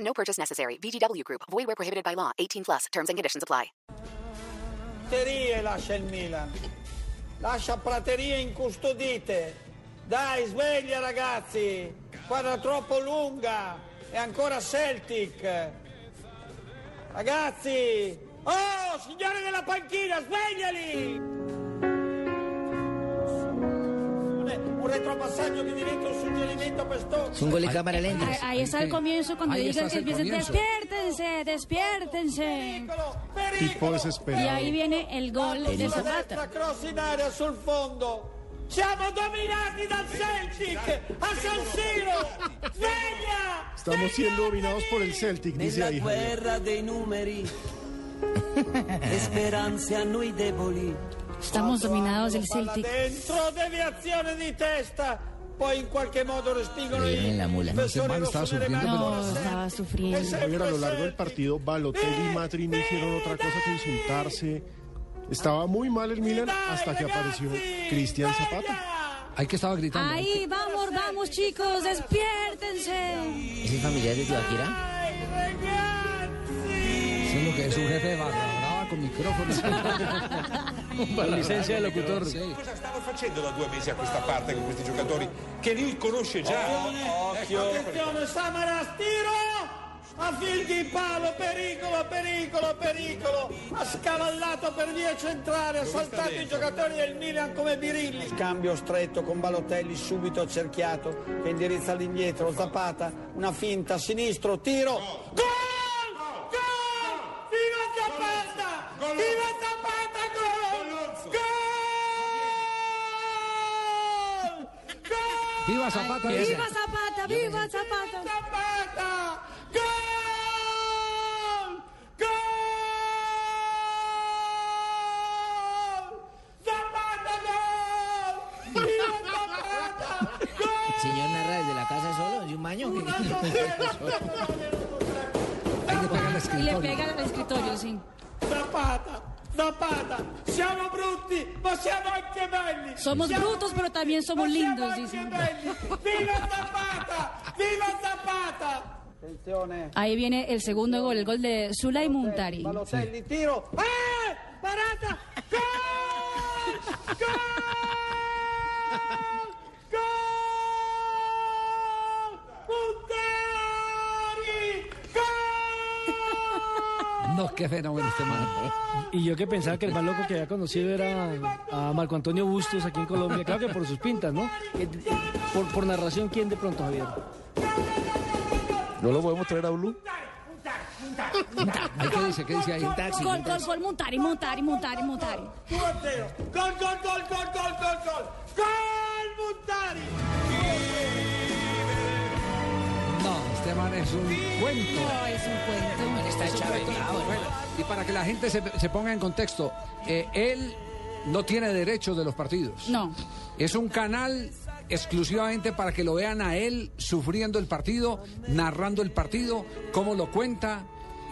No purchase necessary. VGW Group. Void where prohibited by law. 18 plus. Terms and conditions apply. praterie lascia il Milan. Lascia praterie incustodite. Dai, sveglia ragazzi. Squadra troppo lunga. E ancora Celtic. Ragazzi. Oh, signore della panchina, svegliali! Un un retropassaggio che diventa un suggerimento per Stocca. Son goles cámara lenta. Ahí, ahí está el comienzo cuando Ahí digan estás que el empiecen, comienzo. despiértense, despiértense. Pericolo, pericolo. Y ahí viene el gol de Sulla Zapata. destra, cross in area sul fondo. Siamo dominati dal Celtic a San Siro. Sveglia! Estamos siendo dominados por el Celtic, dice Nella ahí. Javier. guerra dei numeri, speranze a noi deboli. Estamos dominados el Palla Celtic. dentro, deviazione di testa. Poi in qualche modo respingono Bene, i la mula. difensori Ese man stava rossoneri, ma sufriendo, No, ancora estaba Celtic. sufriendo. E sempre Javier, a lo largo del Celtic. partido, Balotelli y Matri no hicieron otra cosa que insultarse. Estaba muy mal el Milan Dai, hasta que apareció ragazzi, Cristian Zapata. sveglia! Hay que estaba gritando. Ahí, vamos, vamos chicos, despiértense. ¿Es el familiar de Tibaquira? Dai, ragazzi! Eso es lo que es un jefe de barra brava con micrófono. con licencia de locutor. Sí. Cosa stanno facendo da due mesi a questa parte con questi giocatori che lui conosce già? Attenzione, Samaras, tiro! A fil di palo, pericolo, pericolo, pericolo! Ha scavallato per via centrale, ha saltato i giocatori del Milan come birilli. Scambio stretto con Balotelli, subito accerchiato, che indirizza all'indietro, Zapata, una finta, sinistro, tiro! Gol! Gol! Fino a Zapata! Fino a Zapata, gol! Gol! Gol! ¡Viva Zapata! Viva Zapata, viva Zapata. Zapata! Gol! Gol! Zapata gol! Viva Zapata! Gol! Señor narra desde la casa solo, de un baño. Hay que pegarle al Y le escritorio. pega al escritorio, sí. Zapata! Zapata! Siamo brutti, ma siamo anche belli! Somos Siamo- brutos, pero también somos ma siamo lindos, anche dicen. belli! Viva Zapata! Viva Zapata! Attenzione! Ahí viene el segundo gol, el gol de Zulay Muntari. Balotelli, tiro. Eh! Parata! Gol! Gol! Gol! Montari! Gol! No, qué fenómeno este man. Y yo que pensaba que el más loco que había conocido era a Marco Antonio Bustos aquí en Colombia, claro que por sus pintas, ¿no? Eh, eh, Por, por narración, ¿quién de pronto, Javier? Non lo podemos traer a Blue? Ahí, ¿Qué dice? ¿Qué dice ahí? Taxi. Gol, gol, gol, Muntari, Muntari, Muntari, Muntari. 2-0. Gol, gol, gol, gol, gol, gol, gol! Gol Montari! No, este man es un cuento. No, es un cuento, man, está chavetado, hermano. Ah, Y para que la gente se, se ponga en contexto, eh, él no tiene derechos de los partidos. No. Es un canal exclusivamente para que lo vean a él sufriendo el partido, narrando el partido, cómo lo cuenta,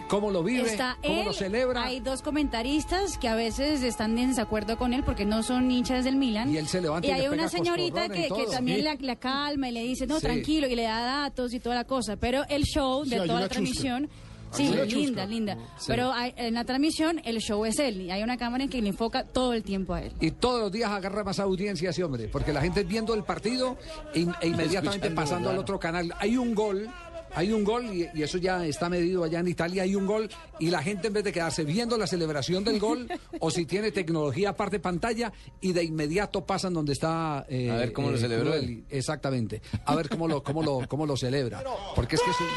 cómo lo vive, Está cómo él, lo celebra. hay dos comentaristas que a veces están en desacuerdo con él porque no son hinchas del Milan. Y él se levanta y hay le pega una señorita coscorrón en que, que todo. también Sí. la, la calma y le dice, no, Sí. tranquilo, y le da datos y toda la cosa. Pero el show Sí, de hay toda una la chusca. transmisión... Hay Sí, una linda, chusca. linda. Sí. Pero hay- en la transmisión el show es él. Y hay una cámara en que le enfoca todo el tiempo a él. Y todos los días agarra más audiencia ese hombre, porque la gente viendo el partido e, in- e inmediatamente pasando al otro canal. Hay un gol, hay un gol, y, y eso ya está medido allá en Italia, hay un gol, y la gente en vez de quedarse viendo la celebración del gol, o si tiene tecnología aparte pantalla, y de inmediato pasan donde está... eh, A ver cómo lo eh, celebró Cruel. Exactamente. A ver cómo lo, cómo lo, cómo lo celebra. Porque es que es un...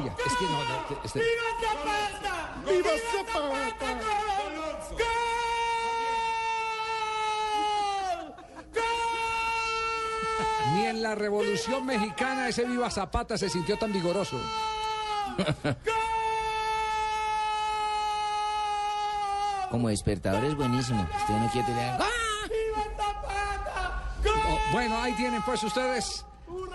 Oiga, es que no... no, este- Viva Zapata! Viva Zapata! Gol! Gol! Ni en la Revolución Mexicana ese Viva Zapata se sintió tan vigoroso. Gol! Como despertador es buenísimo. Usted no quiere tirar. Oh, Bueno, ahí tienen pues ustedes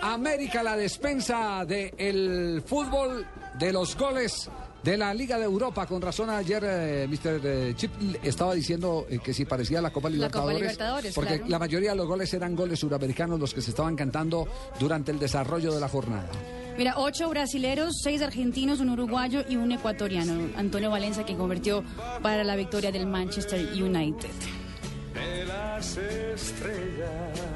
América, la despensa del fútbol, de los goles de la Liga de Europa. Con razón ayer eh, Mr. eh, Chip estaba diciendo eh, que si parecía la Copa La Copa Libertadores, Libertadores, porque claro. la mayoría de los goles eran goles suramericanos los que se estaban cantando durante el desarrollo de la jornada. Mira, ocho brasileros, seis argentinos, un uruguayo y un ecuatoriano. Antonio Valencia que convirtió para la victoria del Manchester United. Las estrellas.